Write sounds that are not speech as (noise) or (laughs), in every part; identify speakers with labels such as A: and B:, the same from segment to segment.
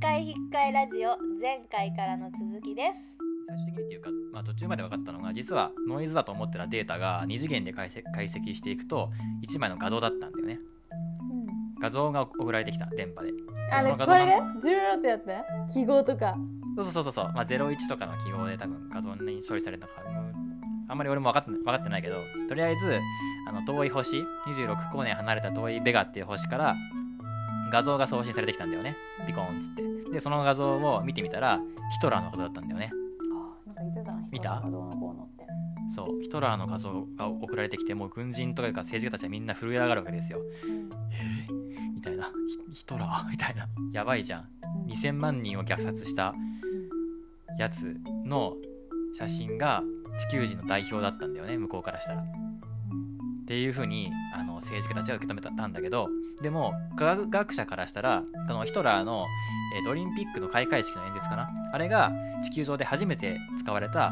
A: 外ラジオ前回からの続きです
B: 最終的にっていうか、まあ、途中まで分かったのが実はノイズだと思ってたデータが2次元で解析解析していくと1枚の画像だったんだよね画像が送られてきた電波で
C: あ
B: そ
C: れ
B: の
C: こ
B: 画像
C: れ
B: な
C: ね
B: ん
C: 重要ってやって記号とか
B: そうそうそうそう、まあ、01とかの記号で多分画像に処理されたからもうあんまり俺も分かって分かってないけどとりあえずあの遠い星26光年離れた遠いベガっていう星から画像が送信されてきたんだよねピコーンっつってでその画像を見てみたらヒトラーのことだったんだよね
C: なんか言ってたな
B: 見た
C: 人のどうのこうのって
B: そうヒトラーの画像が送られてきてもう軍人とかいうか政治家たちはみんな震え上がるわけですよ。えーみたいなヒヒトラーみたいなやばいじゃん
C: うん
B: 2,000万人を虐殺したやつの写真が地球人の代表だったんだよね向こうからしたら。っていうふうにあの政治家たちは受け止めたんだけどでも科学学者からしたらこのヒトラーの、えーとオリンピックの開会式の演説かなあれが地球上で初めて使われた、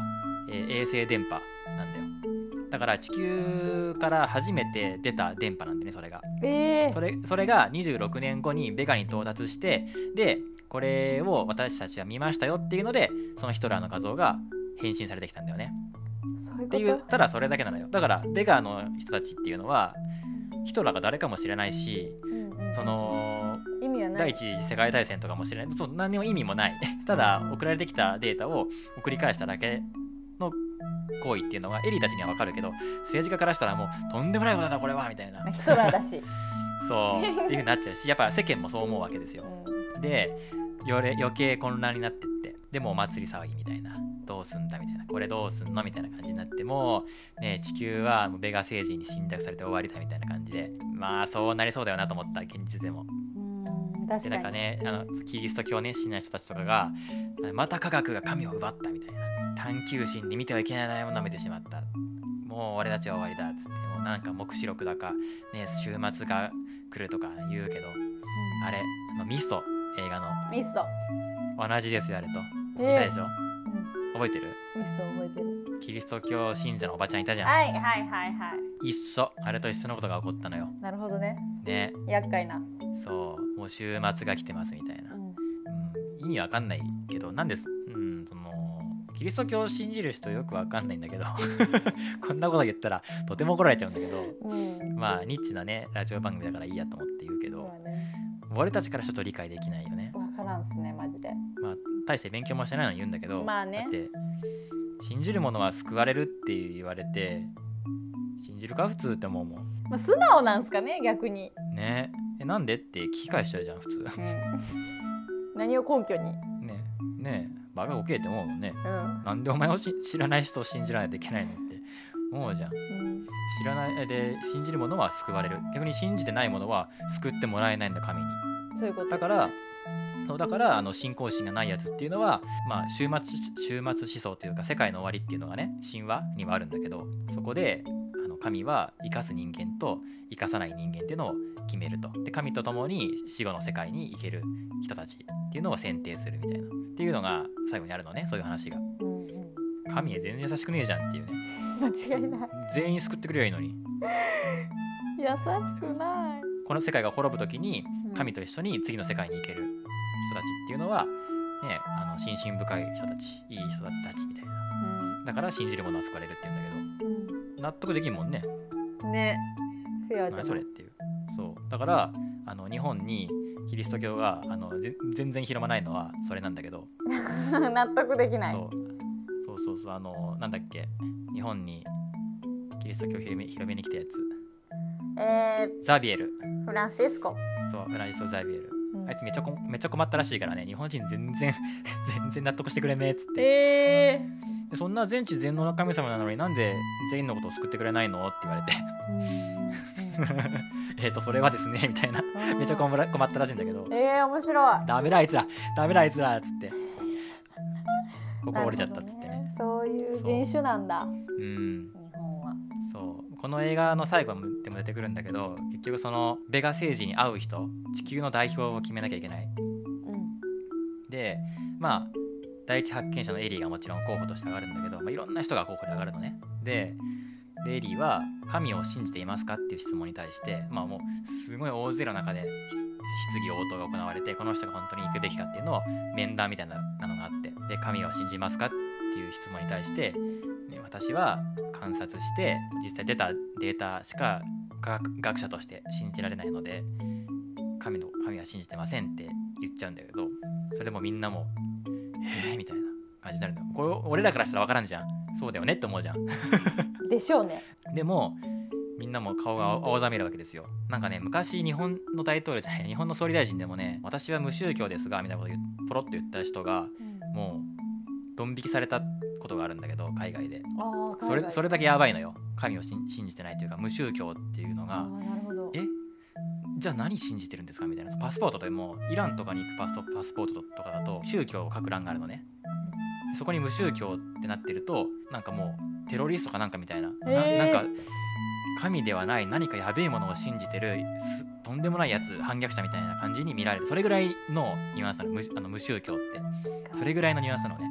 B: えー衛星電波なんだよだから地球から初めて出た電波なんでねそれが
C: え
B: それそれが26年後にベガに到達してでこれを私たちは見ましたよっていうのでそのヒトラーの画像が返信されてきたんだよね
C: ー、そういう
B: っ
C: こ
B: て
C: と
B: 言ったらそれだけなのよだからベガの人たちっていうのはヒトラーが誰かもしれないし
C: うんうん
B: その
C: 意味はな
B: 第
C: い
B: 一次世界大戦とかもしれないそう何にも意味もない (laughs) ただ送られてきたデータを送り返しただけの行為っていうのはエリーたちには分かるけど政治家からしたらもうとんでもないことだこれはみたいな
C: まあヒトラーだ
B: (laughs)
C: し、
B: そうっていうふうになっちゃうしやっぱ世間もそう思うわけですよ
C: う
B: でよれ余計混乱になってってでもお祭り騒ぎみたいなどうすんだみたいなこれどうすんのみたいな感じになってもうね地球はもうベガ星人に侵略されて終わりだみたいな感じでまあそうなりそうだよなと思った現実でも
C: ん、うん確
B: で
C: か
B: な
C: に
B: んかねあのキリスト教ね信な人たちとかがまた科学が神を奪ったみたいな探求心に見てはいけないものを見てしまったもう俺たちは終わりだっつってもうなんか黙示録だかね週末が来るとか言うけどあれあのミスト映画の
C: ミスト、
B: 同じですよあれと
C: え
B: いたで
C: ー
B: しょ
C: うん
B: 覚えてる
C: ミスト覚えてる
B: キリスト教信者のおばちゃんいたじゃん
C: はいはいはいはい
B: 一緒あれと一緒のことが起こったのよ
C: なるほどね
B: ね
C: 厄介な、
B: そうもう週末が来てますみたいな、
C: う
B: うん
C: ん、
B: 意味わかんないけどなんですうんそのキリスト教を信じる人よくわかんないんだけど (laughs) こんなこと言ったらとても怒られちゃうんだけど
C: うん
B: まあニッチなねラジオ番組だからいいやと思って言うけ
C: そう
B: ど
C: だね
B: 俺たちからちょっと理解できないよね
C: わからんっすねマジで
B: まあ大して勉強もしてないのに言うんだけど、
C: まあね
B: だって信じるものは救われるって言われて信じるか普通って思うもん
C: まあ、素直なんすかね逆に、
B: ねえなんでって聞き返しちゃうじゃん普通
C: 何を根拠に、
B: ねえねえバカオケって思うもんね
C: うん
B: なんでお前をし知らない人を信じらないといけないのって思うじゃん
C: うん、
B: 知らないで信じるものは救われる逆に信じてないものは救ってもらえないんだ神に
C: そういうこと
B: だからそうだからあの信仰心がないやつっていうのは、まあ、終末終末思想というか世界の終わりっていうのがね神話にはあるんだけどそこであの神は生かす人間と生かさない人間っていうのを決めるとで神と共に死後の世界に行ける人たちっていうのを選定するみたいなっていうのが最後にあるのねそういう話が
C: うんうん
B: 神へ全然優しくねえじゃんっていうね
C: 間違いない
B: 全員救ってくれりゃいいのに
C: 優しくない
B: この世界が滅ぶ時に神と一緒に次の世界に行ける人たちっていうのは、ね、あの心身深い人たちいい人たちみたいな
C: うん
B: だから信じる者は救われるっていうんだ
C: う
B: けど納得できんもんね
C: んねフェアじゃな
B: 何
C: い
B: それっていうそうだからあの日本にキリスト教があのぜ全然広まないのはそれなんだけど
C: 納得できない
B: そうそうそうそうあのなんだっけ日本にキリスト教広め広めに来たやつ
C: え
B: ザビエル
C: ー、フランシスコ、
B: そうフランシスコ・ザビエル
C: うん
B: あいつめっちゃこめっちゃ困ったらしいからね日本人全然 (laughs) 全然納得してくれねえっつって
C: え
B: でそんな全知全能の神様なのになんで全員のことを救ってくれないのって言われて (laughs) えっとそれはですねみたいな
C: ー、
B: (laughs) めっちゃ
C: こ
B: 困ら困ったらしいんだけど
C: えー、面白い
B: ダメだあいつらダメだあいつらっつって心折れちゃったっつってね
C: なるほどねそういう人種なんだ
B: うん
C: 日本は
B: そうこの映画の最後でも出てくるんだけど結局そのベガ星人に会う人地球の代表を決めなきゃいけない
C: うん
B: でまあ第一発見者のエリーがもちろん候補として上がるんだけど、まあ、いろんな人が候補で上がるのねででエリーは「神を信じていますか?」っていう質問に対してまあもうすごい大勢の中でひ質疑応答が行われてこの人が本当に行くべきかっていうのを面談みたいなのがあってで「神を信じますか?」っていう質問に対して、ね、私は観察して実際出たデータしか科学学者として信じられないので神の神は信じてませんって言っちゃうんだけどそれでもみんなも「へえ」みたいな感じになるのこれ俺らからしたら分からんじゃんそうだよねって思うじゃん
C: でしょうね。
B: でもみんなも顔が青青ざめるわけですよなんかね昔日本の大統領じゃない日本の総理大臣でもね私は無宗教ですがみたいなこと言うポロッと言った人がもうドン引きされたことがあるんだけど海外で
C: ああ
B: それそれだけや
C: ばい。
B: ばいのよ神を信信じてないというか無宗教っていうの
C: あ
B: が
C: ーなるほど。
B: えじゃあ何信じてるんですかみたいなパスポートでもイランとかに行くパスパスポートとかだと宗教を書く欄があるのねそこに無宗教ってなってるとなんかもうテロリストかなんかみたいなな
C: へー
B: なんか神ではない何かやべえものを信じてるすとんでもないやつ反逆者みたいな感じに見られるそれぐらいのニュアンスなの無あの無宗教ってそれぐらいのニュアンスなのね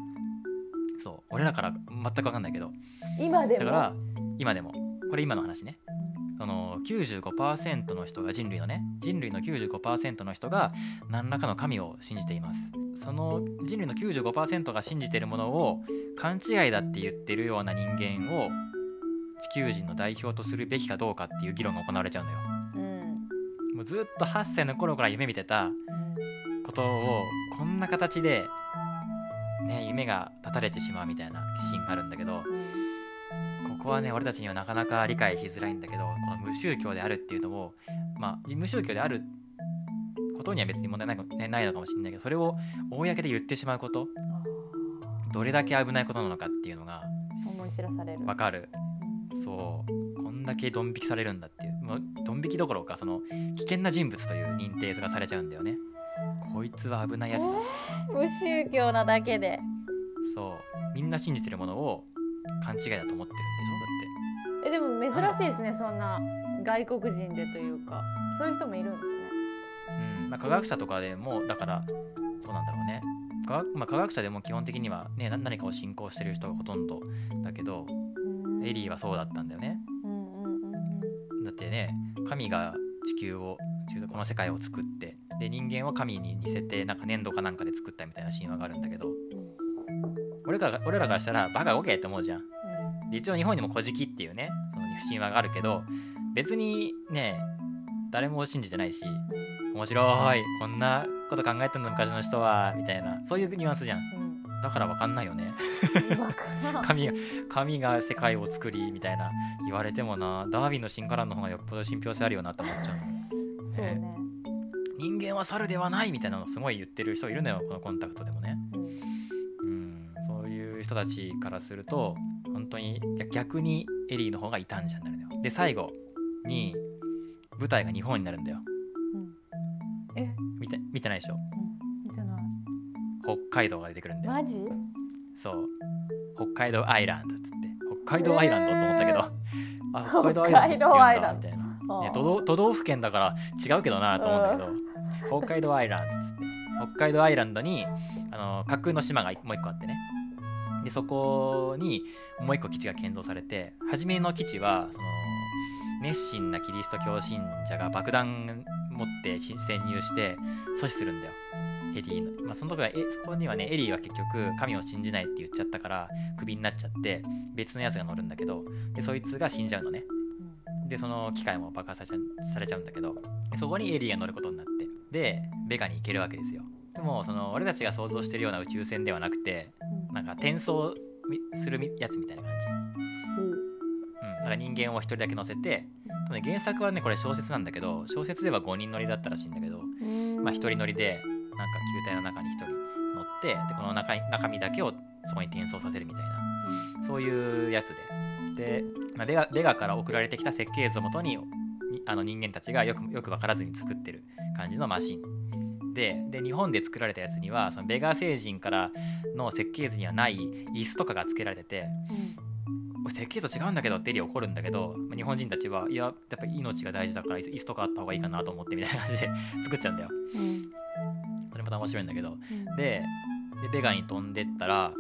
B: そう俺らから全く分かんないけど
C: 今で
B: だか
C: も。
B: ら今でもこれ今の話ねその95%の人が人類のね人類の95%の人が何らかの神を信じていますその人類の95%が信じているものを勘違いだって言ってるような人間を地球人の代表とするべきかどうかっていう議論が行われちゃうのよ
C: うん。
B: もうずっと8歳の頃から夢見てたことをこんな形でね夢が断たれてしまうみたいなシーンがあるんだけど
C: うん
B: ここはね俺たちにはなかなか理解しづらいんだけどこの無宗教であるっていうのをまあ無宗教であることには別に問題ない,、ね、ないのかもしれないけどそれを公で言ってしまうこと
C: あ
B: どれだけ危ないことなのかっていうのが
C: ー思い知らされる。
B: 分かるそうこんだけドン引きされるんだっていうもうドン引きどころかその危険な人物という認定がされちゃうんだよねこいつは危ないやつだ
C: 無宗教なだけで。
B: そうみんな信じてるものを勘違いだと思ってるんでしょだって
C: えでも珍しいですねそんな外国人でというかそういう人もいるんです
B: うんまあ、科学者とかでもだからそうなんだろうね科学,、まあ、科学者でも基本的には、ね、な何かを信仰してる人がほとんどだけど
C: ね。
B: エリーはそうだったんだよね
C: うんうんうん
B: だってね神が地球を地球この世界を作ってで人間を神に似せてなんか粘土かなんかで作ったみたいな神話があるんだけど
C: うん
B: 俺から俺らからしたらバカオケって思うじゃん
C: う
B: で一応日本にも「古事記」っていうねその神話があるけど別にね誰も信じてないし面白いこんなこと考えてんの昔の人はみたいなそういうニュアンスじゃん
C: ん
B: だからわかんないよね
C: うん。わからん。
B: 神が神が世界を作りみたいな言われてもなダーウィンの進化論の方がよっぽど信憑性あるよなって思っちゃうの
C: そうね。
B: 人間は猿ではないみたいなのすごい言ってる人いるのよこのコンタクトでもね
C: うん
B: うんそういう人たちからすると本当にいや逆にエリーの方が異端者になるのよで最後に舞台が日本になるんだよ
C: うんえ
B: 見て見てないでしょ
C: 見てない。
B: 北海道が出てくるんだよ
C: マジ？
B: そう北海道アイランドっつって北海道アイランドと思ったけど、
C: へー
B: あ北海道アイラ
C: 北海道アイラン
B: ンドって言うんだみ
C: ド
B: たいな、ね、
C: あー
B: 都道都道府県だから違うけどなと思うんだけど北海道アイランドっつって北海道アイランドにあの架空の島がもう一個あってねでそこにもう一個基地が建造されて初めの基地はその熱心なキリスト教信者が爆弾持って侵潜入して阻止するんだよエリーの、まあ、その時はえそこにはねエリーは結局神を信じないって言っちゃったからクビになっちゃって別のやつが乗るんだけどでそいつが死んじゃうのねでその機械も爆破されちゃうされちゃうんだけどでそこにエリーが乗ることになってでベガに行けるわけですよでもその俺たちが想像してるような宇宙船ではなくてなんか転送みするみやつみたいな感じうん、だから人間を一人だけ乗せて多分ね原作はねこれ小説なんだけど小説では5人乗りだったらしいんだけど、まあ、一人乗りでなんか球体の中に一人乗ってでこの中に中身だけをそこに転送させるみたいなそういうやつでで、まあ、ベガベガから送られてきた設計図をもとににあの人間たちがよくよく分からずに作ってる感じのマシンでで日本で作られたやつにはそのベガ星人からの設計図にはない椅子とかが付けられててこれ設計図違うんだけどってエリー怒るんだけどまあ日本人たちはいややっぱ命が大事だから椅子椅子とかあった方がいいかなと思ってみたいな感じで (laughs) 作っちゃうんだよそれまた面白いんだけどででベガに飛んでったら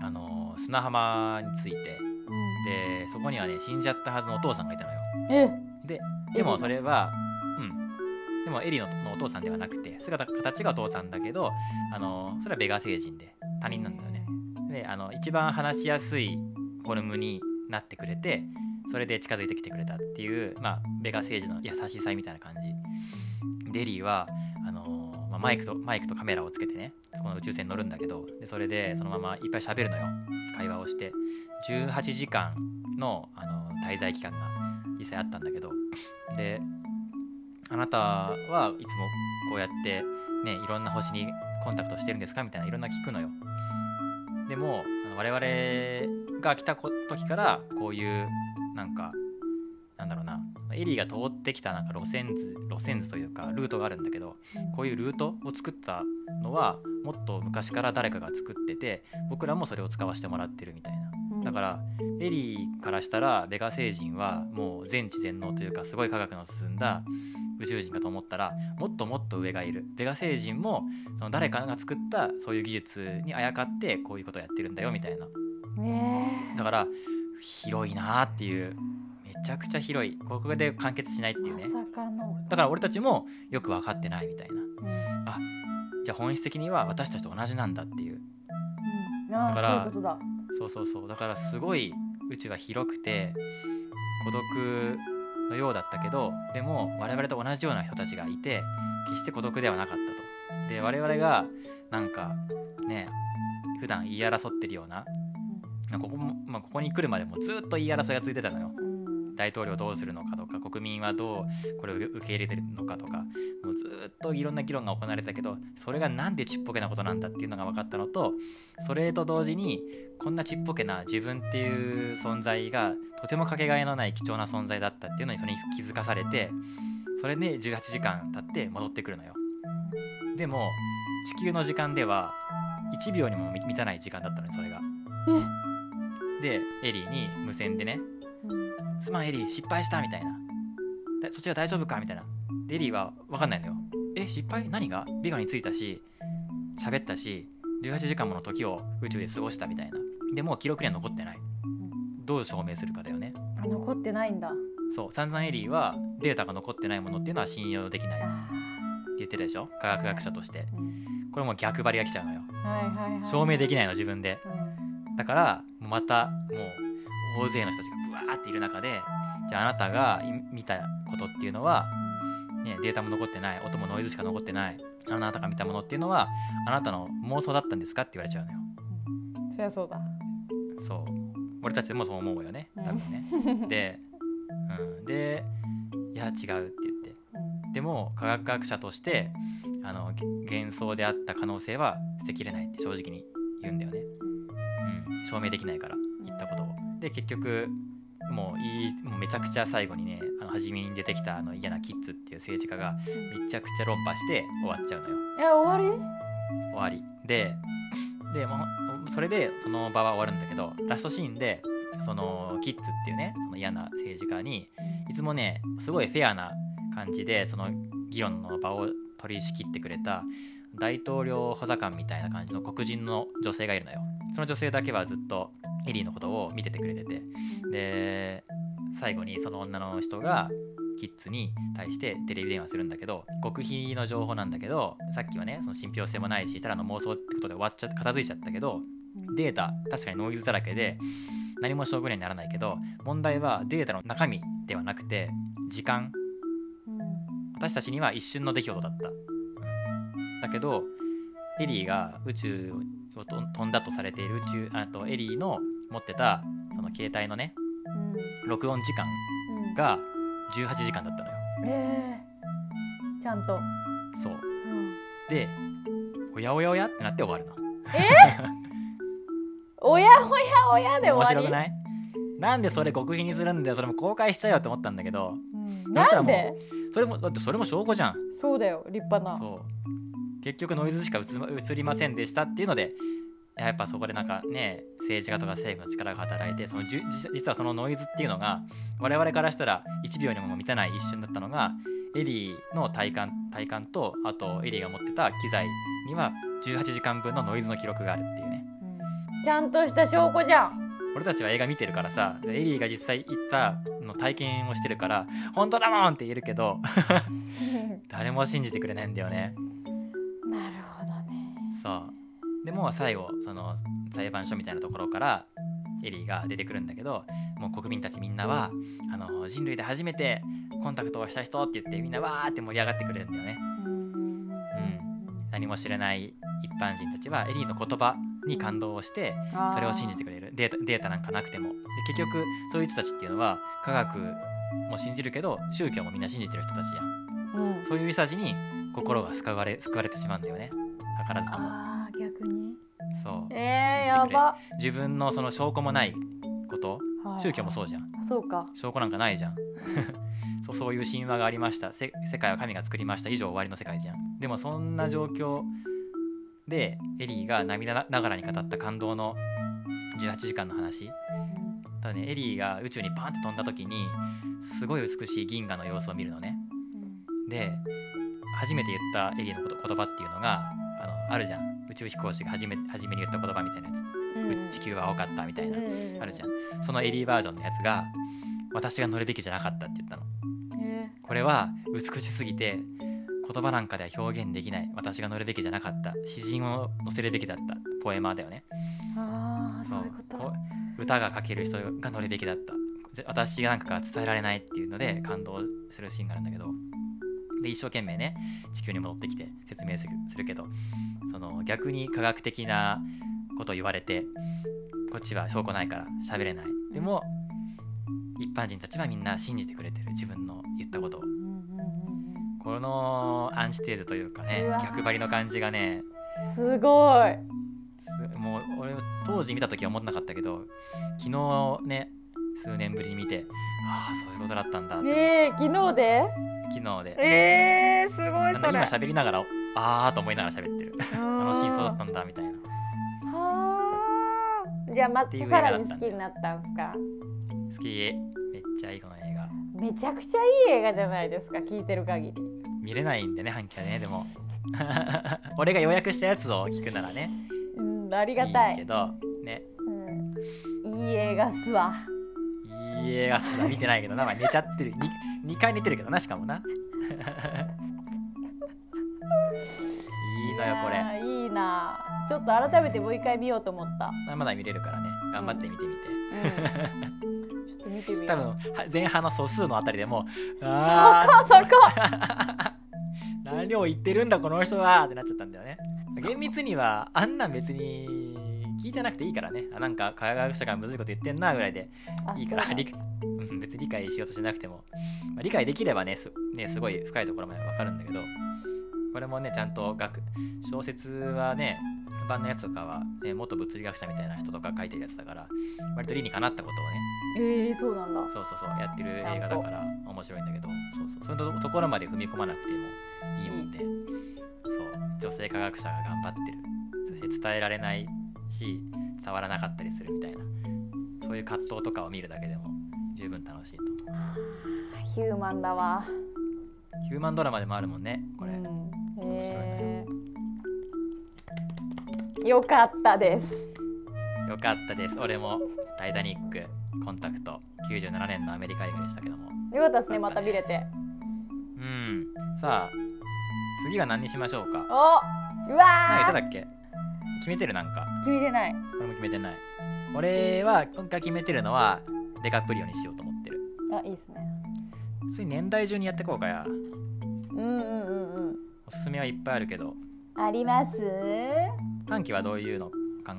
B: あのー砂浜についてでそこにはね死んじゃったはずのお父さんがいたのよ
C: え
B: ででもそれはうんでもエリののお父さんではなくて姿形がお父さんだけどあのそれはベガ星人で他人なんだよねであの一番話しやすいフォルムになってくれてそれで近づいてきてくれたっていう、まあ、ベガ星人の優しさみたいな感じデリーはあの、まあ、マイクとマイクとカメラをつけてねそこの宇宙船に乗るんだけどでそれでそのままいっぱい喋るのよ会話をして18時間のあの滞在期間が実際あったんだけどであなたはいつもこうやってねいろんな星にコンタクトしてるんですかみたいないろんな聞くのよでもあの我々が来たこ時からこういうなんかなんだろうなエリーが通ってきたなんか路線図路線図というかルートがあるんだけどこういうルートを作ったのはもっと昔から誰かが作ってて僕らもそれを使わせてもらってるみたいなだからエリーからしたらベガ星人はもう全知全能というかすごい科学の進んだ宇宙人かと思ったらもっともっと上がいるベガ星人もその誰かが作ったそういう技術にあやかってこういうことをやってるんだよみたいな
C: らね
B: だから広いなーっていうめちゃくちゃ広いここで完結しないって
C: え
B: いうね
C: まさかの、
B: だから俺たちもよく分かってないみたいな
C: うんうん
B: じゃあ本質的には私たちと同じなんだっていう
C: ああそうい
B: だから
C: うことだ
B: そうそうそうだからすごい宇宙は広くて孤独のようだったけどでも我々と同じような人たちがいて決して孤独ではなかったと。で我々がなんかね普段言い争ってるようなまあここも、まあ、ここに来るまでもずっと言い争いがついてたのよ。
C: うん
B: 大統領どうするのかとか国民はどうこれを受け入れてるのかとかもうずーっといろんな議論が行われてたけどそれがなんでちっぽけなことなんだっていうのが分かったのとそれと同時にこんなちっぽけな自分っていう存在がとてもかけがえのない貴重な存在だったっていうのにそれに気づかされてそれで18時間経って戻ってくるのよ。でも地球の時間では1秒にも満たない時間だったのにそれが。でエリーに無線でね
C: うん
B: すまんエリー失敗したみたいなだそっちは大丈夫かみたいなでエリーは分かんないのよえ失敗何がビガに着いたし喋ったし18時間もの時を宇宙で過ごしたみたいなでもう記録には残ってないどう証明するかだよね
C: あ残ってないんだ
B: そう散々エリーはデータが残ってないものっていうのは信用できないって
C: あ
B: 言ってたでしょ科学学者として
C: ーうん
B: これもう逆張りが来ちゃうのよ
C: はいはいはい
B: 証明でき
C: ない
B: ないの自分でだからもうまたもう大勢の人たちがブワーっている中でじゃああなたがい見たことっていうのは、ね、データも残ってない音もノイズしか残ってないあなたが見たものっていうのはあなたの妄想だったんですかって言われちゃうのよ
C: そりゃそうだ
B: そう俺たちでもそう思うよね多分ね、で、うん、でいや違うって言ってでも科学学者としてあのげ幻想であった可能性は捨てきれないって正直に言うんだよね、うん、証明できないから言ったことをで結局もういいもうめちゃくちゃ最後にねあの初めに出てきたあの嫌なキッズっていう政治家がめちゃくちゃ論破して終わっちゃうのよ
C: え終わり
B: 終わりでで、まあ、それでその場は終わるんだけどラストシーンでそのキッズっていうねその嫌な政治家にいつもねすごいフェアな感じでその議論の場を取り仕切ってくれた大統領補佐官みたいな感じの黒人の女性がいるのよその女性だけはずっとエリーのことを見ててくれててで最後にその女の人がキッズに対してテレビ電話するんだけど極秘の情報なんだけどさっきはねその信憑性もないしただの妄想ってことで終わっちゃって片付いちゃったけどデータ確かにノイズだらけで何も証拠にはならないけど問題はデータの中身ではなくて時間私たちには一瞬の出来事だったうんだけどエリーが宇宙をと飛んだとされている宇宙あとエリーの持ってたその携帯のね録音時間
C: が
B: が18時間だったのよ
C: えーちゃんと
B: そうでおやおやおやってなって終わるの
C: おやおやおやで
B: 面
C: 終わ
B: 白
C: り
B: くないなんでそれ極秘にするんだよそれも公開しちゃえよって思ったんだけど
C: うん
B: どうした
C: な
B: ら
C: ん
B: もう
C: で
B: それもだってそれも証拠じゃん
C: そうだよ立派な
B: そう結局ノイズしか映ま映りませんでしたっていうのでやっぱそこでなんかね政治家とか政府の力が働いてそのじゅ実実はそのノイズっていうのが我々からしたら1秒にも満たない一瞬だったのがエリーの体感体感とあとエリーが持ってた機材には18時間分のノイズの記録があるっていうね
C: うんちゃんとした証拠じゃん
B: 俺たちは映画見てるからさエリーが実際行ったの体験をしてるから本当だもんって言えるけど (laughs) 誰も信じてくれないんだよね
C: なるほどね
B: そうでもう最後その裁判所みたいなところからエリーが出てくるんだけどもう国民たちみんなはあの人類で初めてコンタクトをした人って言ってみんなわーって盛り上がってくれるんだよね
C: うん
B: 何も知らない一般人たちはエリーの言葉に感動をしてそれを信じてくれるデータデータなんかなくてもで結局そういう人たちっていうのは科学も信じるけど宗教もみんな信じてる人たちやん
C: うん
B: そういう人たちに心が救われ救われてしまうんだよね図らずとも
C: あー逆に
B: そ
C: えー、
B: う信じて
C: や
B: くれ
C: ば
B: 自分のその証拠もないこと宗教もそううじゃん
C: そうか
B: 証拠なんかないじゃん (laughs) そうそういう神話がありましたせ世界は神が作りました以上終わりの世界じゃんでもそんな状況でエリーが涙なながらに語った感動の18時間の話ただねエリーが宇宙にパンって飛んだ時にすごい美しい銀河の様子を見るのねで初めて言ったエリーのこと言葉っていうのがあのあるじゃん宇宙飛行士が初め初めに言った言葉みたいなやつ、地球は青かったみたいな、あるじゃ
C: ん
B: んそのエリーバージョンのやつが私が乗るべきじゃなかったって言ったの
C: え
B: これは美しすぎて言葉なんかでは表現できない私が乗るべきじゃなかった詩人を載せるべきだったポエマーだよね
C: ー、ああそういうこと
B: こう歌が書ける人が乗るべきだったぜ私がなんかが伝えられないっていうので感動するシーンがあるんだけどで一生懸命ね地球に戻ってきて説明するするけどその逆に科学的なことを言われてこっちは証拠ないから喋れないでも一般人たちはみんな信じてくれてる自分の言ったことを
C: うんうんうんうん
B: このアンチテーゼというかね
C: うわー
B: 逆張りの感じがね
C: すごい
B: すもう俺当時見た時は思ってなかったけど昨日ね数年ぶりに見てああそういうことだったんだって、
C: ねえ昨日で
B: 昨日で
C: えー、すご
B: あ
C: い
B: の
C: それ
B: 今喋りながらああと思いながら喋ってるあのシーンそうだった
C: は
B: んだみたいな
C: あじゃあま
B: っていう映
C: さ
B: 画だ
C: ら
B: った
C: に
B: んだ
C: 好
B: よ
C: きになったんすか
B: 好きめっちゃいいこの映画
C: めちゃくちゃいい映画じゃないですか聞いてる限り
B: 見れないんでね半期はねでも (laughs) 俺が予約したやつを聞くならね
C: うんありがたい
B: いけどね
C: うん、いい映画っすわ
B: いい映画っすな見てないけどな、まあ、寝ちゃってる 2, 回寝てるけどなしかもな (laughs) いいのよこれ
C: やーいいなちょっと改めてもう一回見ようと思った、
B: まあまだ見れるからね頑張って見てみて、
C: うん、ちょっと見てみよう
B: 多分は前半の素数のあたりで (laughs) もうあ
C: あそこ
B: ー何を言ってるんだこの人はってなっちゃったんだよね厳密にはあんなん別に聞いてなくていいからねあなんか科学者がむずいこと言ってんなぐらいで
C: あ
B: いいから
C: そうだ
B: 理解うん別に理解しようとしなくても、まあ、理解できればねすねすごい深いところまでわかるんだけどこれもねちゃんと学小説はね版のやつとかは、ね、元物理学者みたいな人とか書いてるやつだから割と理にかなったことをね
C: ええー、そうなんだ
B: そうそうそうやってる映画だから面白いんだけどそうそうそういうところまで踏み込まなくてもいいもんで、そう女性科学者が頑張ってるそして伝えられないし伝わらなかったりするみたいなそういう葛藤とかを見るだけでも十分楽しいと思う
C: ヒューマンだわ
B: ヒューマンドラマでもあるもんねこれ、
C: うん
B: 面白いね
C: えーよかったです
B: よかったです俺も「タイタニック」「コンタクト」97年のアメリカ映画でしたけども
C: よかったですね
B: よ
C: ま
B: かった
C: た
B: ね
C: 見れて
B: うんさあ次は何にしましょうか
C: おう
B: 何言
C: わ
B: って
C: ー
B: たっけ決めてるなんか
C: 決めてない
B: 俺も決めてない俺は今回決めてるのはデカプリオにしようと思ってる
C: あいいですね
B: 普通に年代中にやってこうかや
C: うんうんうんうん
B: おすすめはいっぱいあるけど
C: あります
B: 短期はどういうの考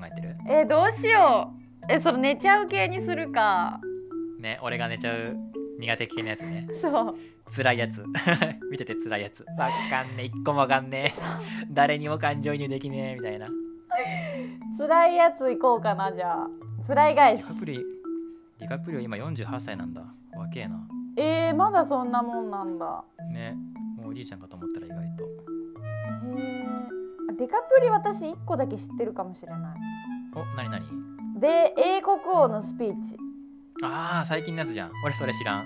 B: えてる
C: えどうしようえその寝ちゃう系にするか
B: ね俺が寝ちゃう苦手系のやつね
C: そう
B: 辛いやつ (laughs) 見てて辛いやつわかんねえ一個もわかんねえ誰にも感情移入できねえみたいな
C: 辛いやつ行こうかなじゃあ辛い返
B: デ
C: し
B: カプリディカプリオ今48歳なんだ若えな
C: えー、まだそんなもんなんだ
B: ねもうおじいちゃんかと思ったら意外と
C: へーあデカプリ私一個だけ知ってるかもしれない
B: おなになに
C: 米英国王のスピーチ
B: ああ最近のやつじゃん俺それ知らん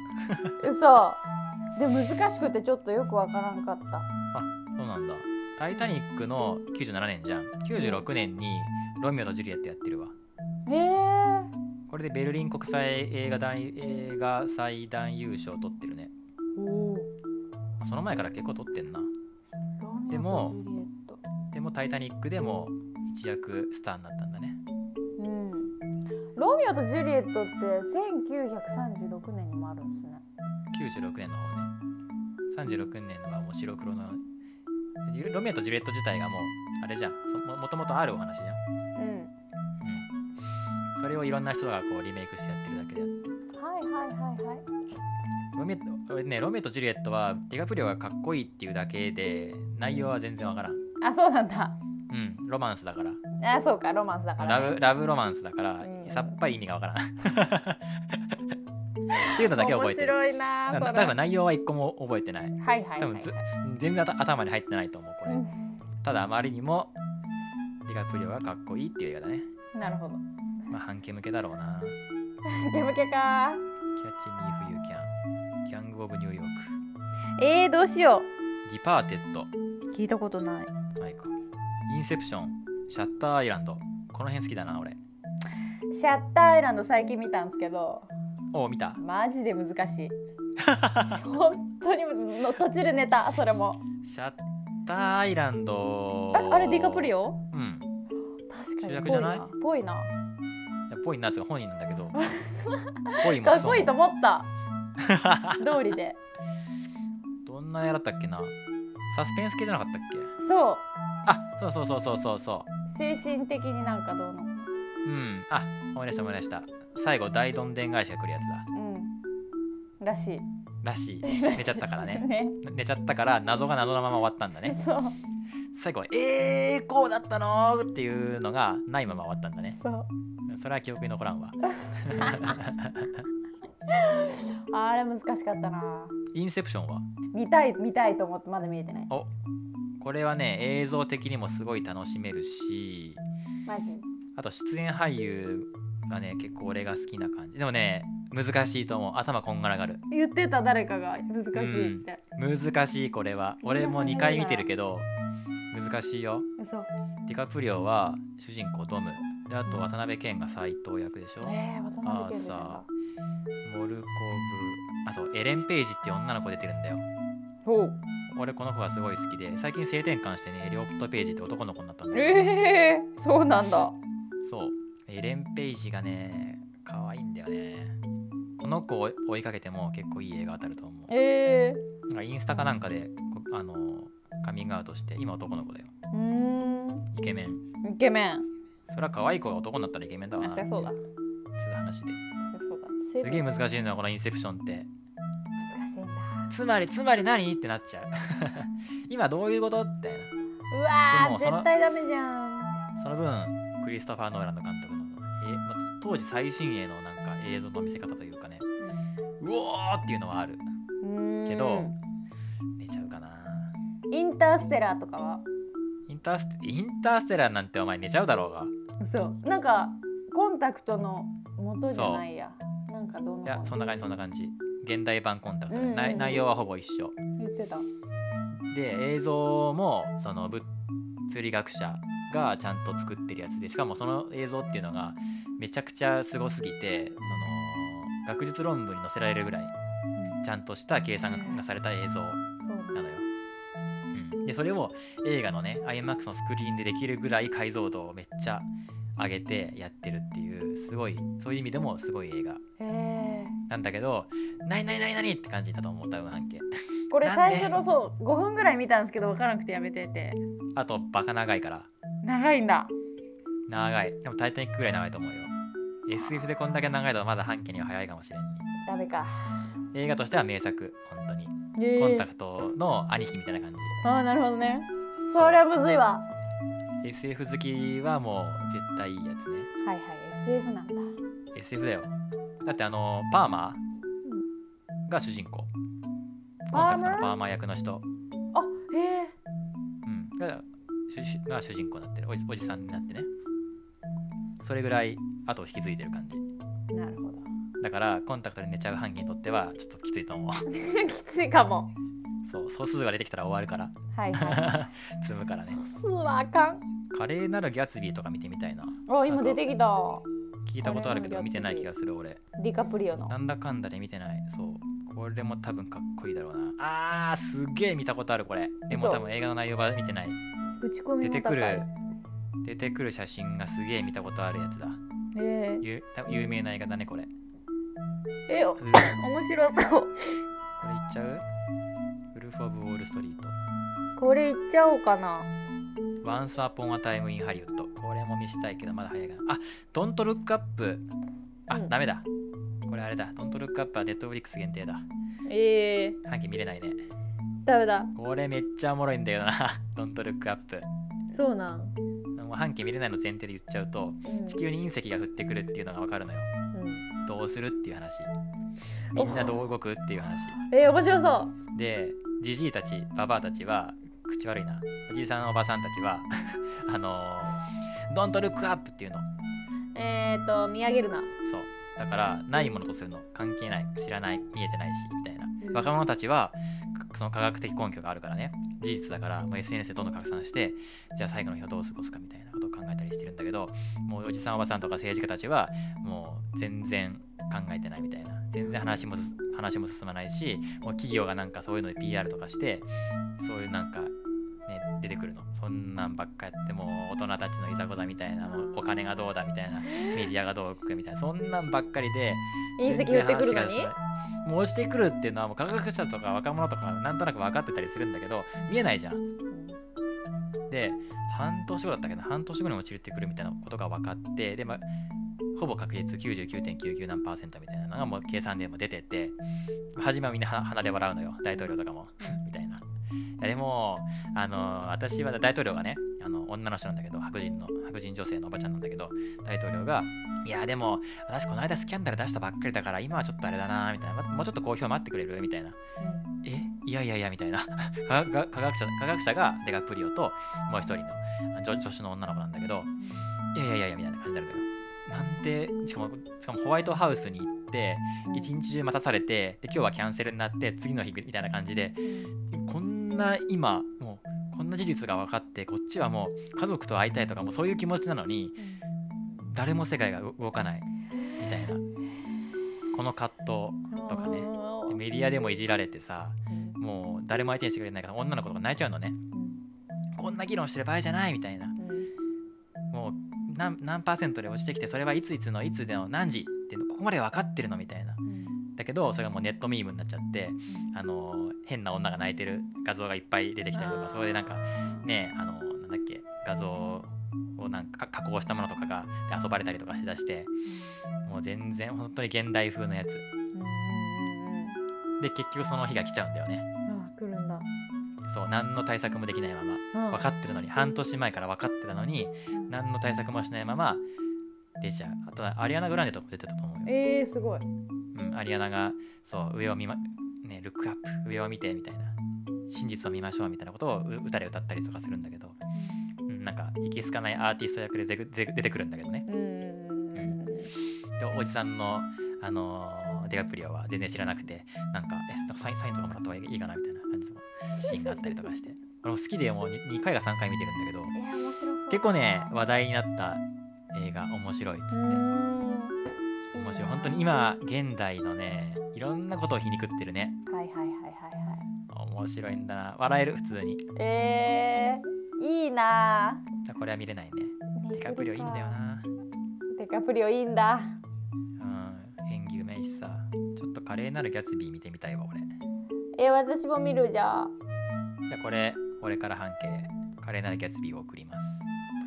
C: 嘘でも難しくてちょっとよくわからんかった
B: そうなんだ。タイタニックの97年じゃん。96年にロミオとジュリエットやってるわ。
C: えー、
B: ここれでベルリン国際映画大映画祭男優賞取ってるね
C: おお
B: まあその前から結構取ってんなで
C: で
B: も
C: もジュリエット
B: でも「タイタニック」でも一躍スターになったんだね
C: うんロミオとジュリエットって1936年にもあるんですね
B: 96年の方ね36年はもう白黒のロミオとジュリエット自体がもうあれじゃんそももともとあるお話じゃん、うん、それをいろんな人がこうリメイクしてやってるだけであって
C: うんはいはいはいはい
B: ロミ俺ね、ロミオとジュリエットはディカプリオがかっこいいっていうだけで内容は全然わからん、う
C: あそうなんだ
B: ん、ロマンスだから
C: あそうかロマンスだから、
B: ラ
C: ね、
B: ブラブロマンスだから、
C: うん
B: さっぱり意味がわからん (laughs) っていうのだけ覚えてる
C: 面白いな
B: だ
C: そ
B: だ
C: れ
B: から内容は一個も覚えてない
C: はいはいはい、はい、
B: 多分ず全然頭頭に入ってないと思うこれ、ただあまりにもディカプリオがかっこいいっていう映画だね
C: うんなるほど
B: まあ半径向けだろうな
C: ゲムケか
B: キャッチミーフユーキャンギャングオブニューヨーク
C: えー、どうしよ
B: ディパーテッド
C: う聞いたことない
B: マイクインセプションシャッターアイランドこの辺好きだな俺
C: シャッターアイランド最近見たんですけど
B: おお見た
C: マジで
B: (laughs)
C: 難しい本当にの途中で寝たそれも
B: シャッターアイランド
C: ああれディカプリオ
B: うん
C: 確か
B: 主
C: に
B: 役じゃない
C: ぽいなぽい
B: いやぽいなって本人なんだけ
C: (laughs)
B: どぽい
C: な
B: も
C: か
B: ク
C: っ
B: ソ
C: こいいと
B: も
C: 思った道理で
B: (laughs) どんなやだったっけなサスペンス系じゃなかったっけ
C: そう
B: あそうそうそうそうそうそ
C: 精神的になんかどうの
B: ううんあ思い出した思い出した最後大どんでん返しが来るやつだ
C: うんら
B: (laughs)
C: しい (laughs)
B: らしい
C: らしい
B: 寝ちゃったからね (laughs)
C: ね
B: 寝ちゃったから謎が謎のまま終わったんだね
C: そう
B: 最後「えー、こうだったの?」っていうのがないまま終わったんだね
C: そう
B: それは記憶に残らんわ
C: あれ難しかったな
B: インセプションは
C: 見たい見たいと思ってまだ見れてない
B: おこれはね映像的にもすごい楽しめるし
C: マジ
B: あと出演俳優がね結構俺が好きな感じでもね難しいと思う頭こんがらがる
C: 言ってた誰かが難しいって、
B: 難しいこれは俺も2回見てるけど難しいよ
C: 嘘
B: ディカプリオは主人公ドムであと渡辺謙が斎藤役でしょ
C: えー、渡辺謙出てんだ
B: あモルコブあそうエレン・ページっていう女の子出てるんだよ
C: ほう
B: 俺この子がすごい好きで最近性転換してねエリオット・ページって男の子になったんだよ
C: えー、そうなんだ
B: そうエレン・ページがね可愛いんだよねこの子を追いかけても結構いい映画当たると思う
C: えー、
B: なんかインスタかなんかでこあのカミングアウトして今男の子だよ
C: うーん
B: イケメン
C: イケメン
B: それは可愛い子が男になったらイケメンだわな
C: あそりゃそうだ
B: つう話で
C: そりゃそうだ
B: すげえ難しいのよこのインセプションって
C: 難しいんだ
B: つまりつまり何ってなっちゃう (laughs) 今どういうことみたいな
C: うわ
B: でも
C: ー
B: その
C: 絶対ダメじゃん
B: その分クリストファー・ノーランド監督の、えまあ当時最新鋭のなんか映像の見せ方というかねうおーっていうのはあるけど寝ちゃうかな
C: インターステラーとかは
B: インターステインターステラーなんてお前寝ちゃうだろうが
C: そうなんかコンタクトの元じゃないやなんかどうの
B: いやそんな感じそんな感じ現代版コンタクトね、
C: うんうんうん
B: 内内容はほぼ一緒
C: 言ってた
B: で映像もその物理学者がちゃんと作ってるやつでしかもその映像っていうのがめちゃくちゃすごすぎてその学術論文に載せられるぐらいちゃんとした計算がされた映像
C: そう
B: なのよ、うん、でそれを映画のね IMAX のスクリーンでできるぐらい解像度をめっちゃ上げてやってるっていうすごいそういう意味でもすごい映画
C: へえ
B: なんだけど何何何何って感じだと思う多分半径
C: これ
B: なん
C: 最
B: で
C: 初のそう5分ぐらい見たんですけど分からなくてやめてて
B: あとバカ長いから
C: 長いんだ
B: 長いでも「タイタニック」ぐらい長いと思うよ SF でこんだけ長いとまだ半径には早いかもしれんね
C: ダメか
B: 映画としては名作本当に
C: え
B: コンタクトの兄貴みたいな感じ
C: ああなるほどねそりゃむずいわ
B: SF 好きはもう絶対いいやつね
C: はいはい SF なんだ
B: SF だよだってあのパーマーが主人公コンタクトのパーマー役の人、
C: あへえ
B: うん、が主主が主人公になってるおじおじさんになってねそれぐらい後を引き継いでる感じ
C: なるほど
B: だからコンタクトで寝ちゃう半径にとってはちょっときついと思う (laughs)
C: きついかも
B: そう総数が出てきたら終わるから
C: はいはい
B: (laughs) 積むからね
C: 素数はあかん
B: 華麗なるギャツビーとか見てみたいな
C: あ今出てきた
B: 聞いたことあるけ
C: これ
B: ど
C: も
B: 見てない気がする俺
C: ディカプリオの
B: なんだかんだで見てないそうこれも多分かっこいいだろうなあーすっげえ見たことあるこれでも
C: 嘘
B: 多分映画の内容は見てない
C: 口コミ
B: 出
C: も
B: て
C: 高
B: く
C: い
B: る出てくる写真がすげえ見たことあるやつだ
C: え
B: ゆ多分有名な映画だねこれ
C: ー、えお
B: うんこれ
C: 面白そう
B: いっちゃうウルフ・オブ・ウォール・ストリート
C: これいっちゃおうかな
B: Once Upon a Time in Hollywood これも見したいけどまだ早いかなあ Don't Look Up あ、
C: うん
B: ダメだこれあれだ Don't Look Up は Netflix 限定だ
C: えー、
B: 半期見れないね
C: ダメだ
B: これめっちゃおもろいんだよな (laughs) Don't Look Up
C: そうなん、
B: もう半期見れないの前提で言っちゃうと
C: うん
B: 地球に隕石が降ってくるっていうのが分かるのよ
C: うん、
B: どうするっていう話みんなどう動くっていう話
C: えー、面白そう
B: でじじいたちばばあたちは口悪いなおじいさんおばさんたちは (laughs) あのー、Don't Look Up っていうの
C: えっ、ー、と見上げるな
B: そうだからないものとするの関係ない知らない見えてないしみたいな
C: うん
B: 若者たちはかその科学的根拠があるからね事実だからもう SNS でどんどん拡散してじゃあ最後の日をどう過ごすかみたいなことを考えたりしてるんだけどもうおじさんおばさんとか政治家たちはもう全然考えてないみたいな全然話もす話も進まないしもう企業がなんかそういうので PR とかしてそういうなんかね、出てくるのそんなんばっかやってもう大人たちのいざこざみたいなもうお金がどうだみたいなメディアがどう動くみたいなそんなんばっかりで
C: 隕石降ってくるのに
B: 全然話が進まないもう落ちてくるっていうのはもう科学者とか若者とかなんとなく分かってたりするんだけど見えないじゃん。で半年後だったっけど半年後に落ちてくるみたいなことが分かってで、まあ、ほぼ確率99.99何パーセントみたいなのがもう計算でも出てて初めはみんなは鼻で笑うのよ大統領とかも (laughs) みたいな。いやでもあの私は大統領がねあの女の人なんだけど白人の白人女性のおばちゃんなんだけど大統領が「いやでも私この間スキャンダル出したばっかりだから今はちょっとあれだな」みたいな「まもうちょっと公表待ってくれる?」みたいな「えいやいやいや」みたいな (laughs) 科学科学者科学者がデカプリオともう一人のあ女女子の女の子なんだけど「いやいやいやいや」みたいな感じになるのよ。なんでしかもしかもホワイトハウスに行って一日中待たされてで今日はキャンセルになって次の日みたいな感じでこんな今もうこんな事実が分かってこっちはもう家族と会いたいとかもうそういう気持ちなのに誰も世界が動かないみたいなこの葛藤とかねでメディアでもいじられてさもう誰も相手にしてくれないから女の子とか泣いちゃうのねこんな議論してる場合じゃないみたいなもう何何パーセントで落ちてきてそれはいついつのいつでの何時っていうのここまで分かってるのみたいなだけどそれがもうネットミームになっちゃってあの変な女が泣いてる画像がいっぱい出てきたりと
C: あ
B: か
C: ー
B: そこでなんかねあのなんだっけ画像をなんか加工したものとかがで遊ばれたりとかしだしてもう全然本当に現代風のやつで結局その日が来ちゃうんだよね
C: 来るんだ
B: そう何の対策もできないまま分かってるのに半年前から分かってたのに何の対策もしないまま出ちゃうあとはアリアナ・グランデとかも出てたと思うよ
C: えー、すごい
B: うん、アリアナがそう上を見ま、ね、ルックアップ上を見てみたいな真実を見ましょうみたいなことをう歌で歌ったりとかするんだけど、うん、なんか息つかないアーティスト役で出てく出て出てくるんだけどねでおじさんの、あのーデカプリオは全然知らなくてなんかえなんかサインサインとかもらった方がいいかなみたいな感じのシーンがあったりとかして俺も好きでもう 2, 回か3回見てるんだけど
C: えー、面白そう
B: 結構ね話題になった映画面白いっつって。面白い本当に今現代のねいろんなことを皮肉ってるね
C: はいはいはいはい
B: 面白いんだな笑える普通に
C: はいえー、いいな
B: これは見れないね
C: ー
B: デカプリオいいんだよな
C: デカプリオいいんだ
B: うん演技うめいしさちょっと華麗なるギャツビー見てみたいわ俺じ
C: えー、私も見るじゃあ
B: ゃあこれ俺から半径華麗なるギャツビーを送ります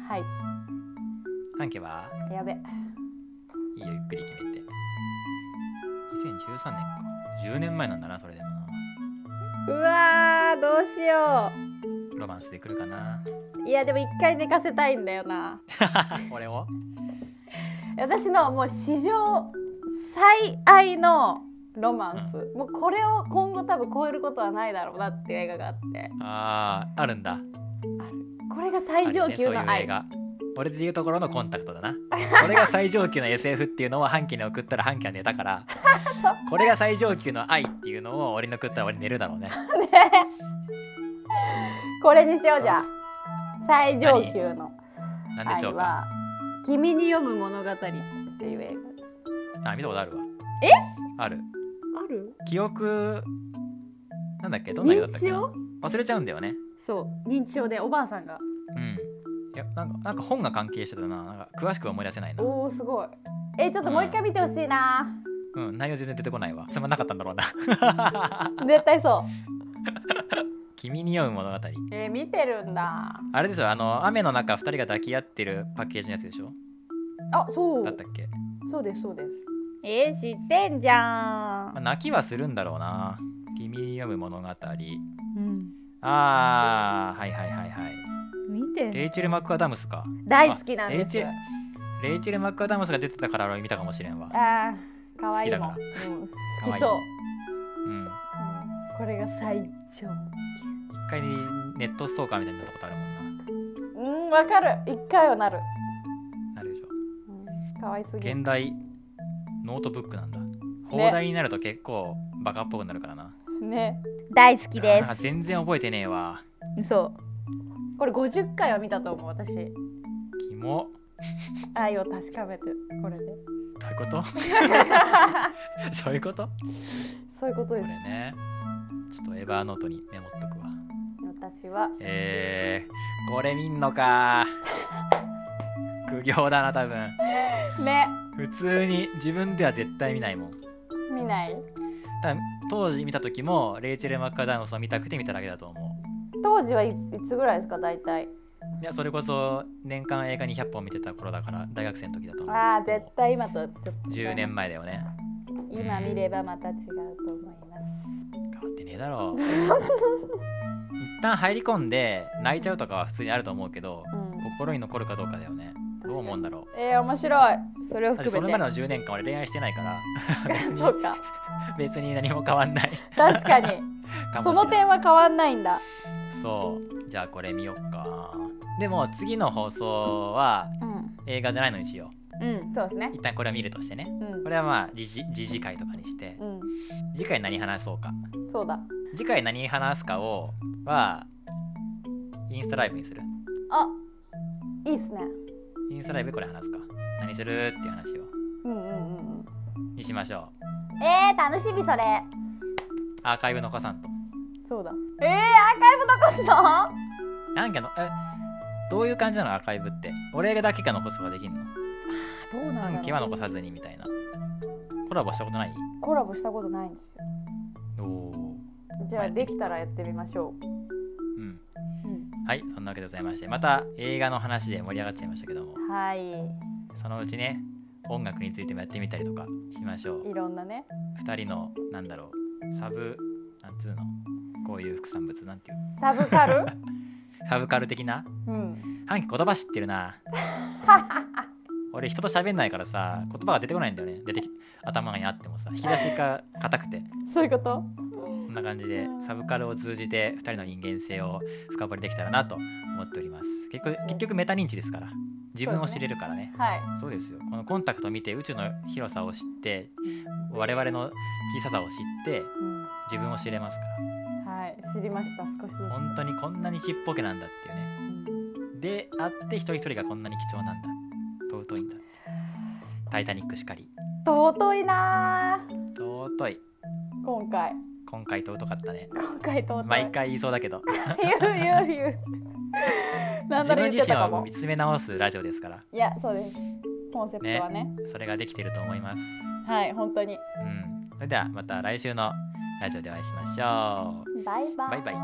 C: はい
B: 半径は
C: やべ
B: いいよゆっくり決めて2013年か10年前なんだなそれでもな
C: うわーどうしよ
B: ロマンスで来るかな
C: ういやでも一回寝かせたいんだよな
B: 俺を
C: 私のもう史上最愛のロマンス、もうこれを今後多分超えることはないだろうなっていう映画があって
B: あーあるんだ
C: これが最上級の愛、
B: あるねそういう映画俺で言うところのコンタクトだな俺が最上級の SF っていうのを半期に送ったら半期は寝たから
C: (laughs)
B: これが最上級の愛っていうのを俺に送ったら俺寝るだろうね
C: (laughs) これにしようじゃあ最上級の
B: 何でし
C: 愛
B: ょうか
C: は「君に読む物語」っていう映
B: あ見たことあるわ
C: え
B: ある
C: 画ある
B: 記憶なんだっけどんな映画だ
C: 認
B: ったっ
C: 知
B: けな
C: 症
B: 忘れちゃうんだよね
C: そう認知症でおばあさんが
B: うんいやなんかなんか本が関係してたななんか詳しくは思い出せないな、
C: おおすごいえちょっともう一回見てほしいな、
B: うん、内容全然出てこないわつまんなかったんだろうな
C: (laughs) 絶対そう
B: 君に酔う物語
C: えー見てるんだ
B: あれですよあの雨の中2人が抱き合ってるパッケージのやつでしょ
C: あそう
B: だったっけ、
C: そうですそうです
A: えー、知ってんじゃ
B: まあ、
A: ん
B: 泣きはするんだろうな君に読む物語あ
C: うん
B: ーはいはいはいはい
A: 見て
B: レイチェル・マックアダムスか
C: 大好きなんで
B: あ
C: す
B: H- レイチェル・マックアダムスが出てたから俺見たかもしれんわ
C: あーかわいいもん
B: 好き
C: うん、好
B: 可
C: き
B: 愛い
C: そう
B: うん
C: うんこれが最長
B: 一回ネットストーカーみたいになったことあるもん
C: う
B: な
C: んわかる一回はなる、
B: なるでしょ
C: かわいすぎる
B: 現代ノートブックなんだ放題になると結構バカっぽくなるからな、
C: ね
A: 大好きで
B: なんか
A: す
B: 全然覚えてねえわ
C: (laughs) そうこれ50回は見たと思う私
B: キモ
C: 愛を確かめてこ
B: (laughs)
C: れで
B: どういうことそういうこと
C: そういうこと
B: こ
C: で
B: れ
C: す
B: ねちょっとエヴァーノートにメモっとくわ
C: 私は
B: えー、これ見んのか苦行だな多分
C: ね
B: 普通に自分では絶対見ないもん
C: 見ない
B: 多分当時見た時もレイチェル・マッカーダムスを見たくて見ただけだと思う
C: 当時はいついつぐらいですか大体
B: いやそれこそ年間映画200本見てた頃だから大学生の時だと思う
C: ああ絶対今とちょっと
B: 10年前だよね
C: 今見ればまた違うと思います
B: 変わってねえだろ一旦入り込んで泣いちゃうとかは普通にあると思うけど
C: うん
B: 心に残るかどうかだよねどう思うんだろ
C: えー、面白いそれを
B: うだってそ
C: 含め
B: れま
C: て
B: での10年間俺恋愛してないから
C: そうか
B: 別に何も変わんない
C: 確 (laughs) かに
B: か
C: そ
B: も
C: の
B: しれない
C: 点は変わんないんだ
B: そうじゃあこれ見よっかでも次の放送は
C: うん
B: 映画じゃないのにしよ
C: うんそうですね
B: う一旦これは見るとしてね
C: うん
B: これはまあ時事時事会とかにして
C: うん
B: 次回何話そうか
C: そうだ
B: 次回何話すかをはインスタライブにする
C: あいいっすね
B: インスタライブでこれ話すか何するっていう話を
C: うんうんうんうん
B: にしましょう
A: えー、楽しみそれ
B: アーカイブ残さんと
C: そうだ
A: えー、アーカイブ残すの
B: なんかのえどういう感じなのアーカイブって俺だけが残すことができんの
C: どうな
B: 半
C: ん
B: 期
C: だ
B: は
C: ろう
B: 残さずにみたいなコラボしたことない
C: コラボしたことないんですよ
B: おお
C: じゃあできたらやってみましょ
B: うん
C: う、
B: はいそんなわけでございましてまた映画の話で盛り上がっちゃいましたけども
C: うん、はい
B: そのうちね音楽についてもやってみたりとかしましょう
C: いろんなね
B: 2人のなんだろうサブなんつうのこういう副産物なんていう
C: サブカ (laughs) ル
B: サブカル的な
C: うん
B: 半期言葉知ってるな俺人と喋んないからさ言葉が出てこないんだよね出てき頭にあってもさ引き出しが硬くて
C: そういうこと
B: こんな感じでサブカルを通じて2人の人間性を深掘りできたらなと思っております結局結局メタ認知ですから自分を知れるからね
C: はい
B: そうですよこのコンタクトを見て宇宙の広さを知って我々の小ささを知って
C: うん
B: 自分を知れますから
C: はい、知りました少しずつ、
B: 本当にこんなにちっぽけなんだっていうねであって一人一人がこんなに貴重なんだ尊いんだタイタニックしかり
C: 尊いなー
B: 尊い
C: 今回
B: 今回尊かったね
C: 今回尊い
B: 毎回言いそうだけど
C: 言う言う言う何だろ
B: (laughs) 自分
C: 言って
B: 自身
C: たか
B: を
C: も
B: 見つめ直すラジオですから
C: いやそうですコンセプトはね
B: それができてると思います
C: はい本当に
B: うんそれではまた来週のラジオでお会いしましょう
A: バイバイ
B: バイバイ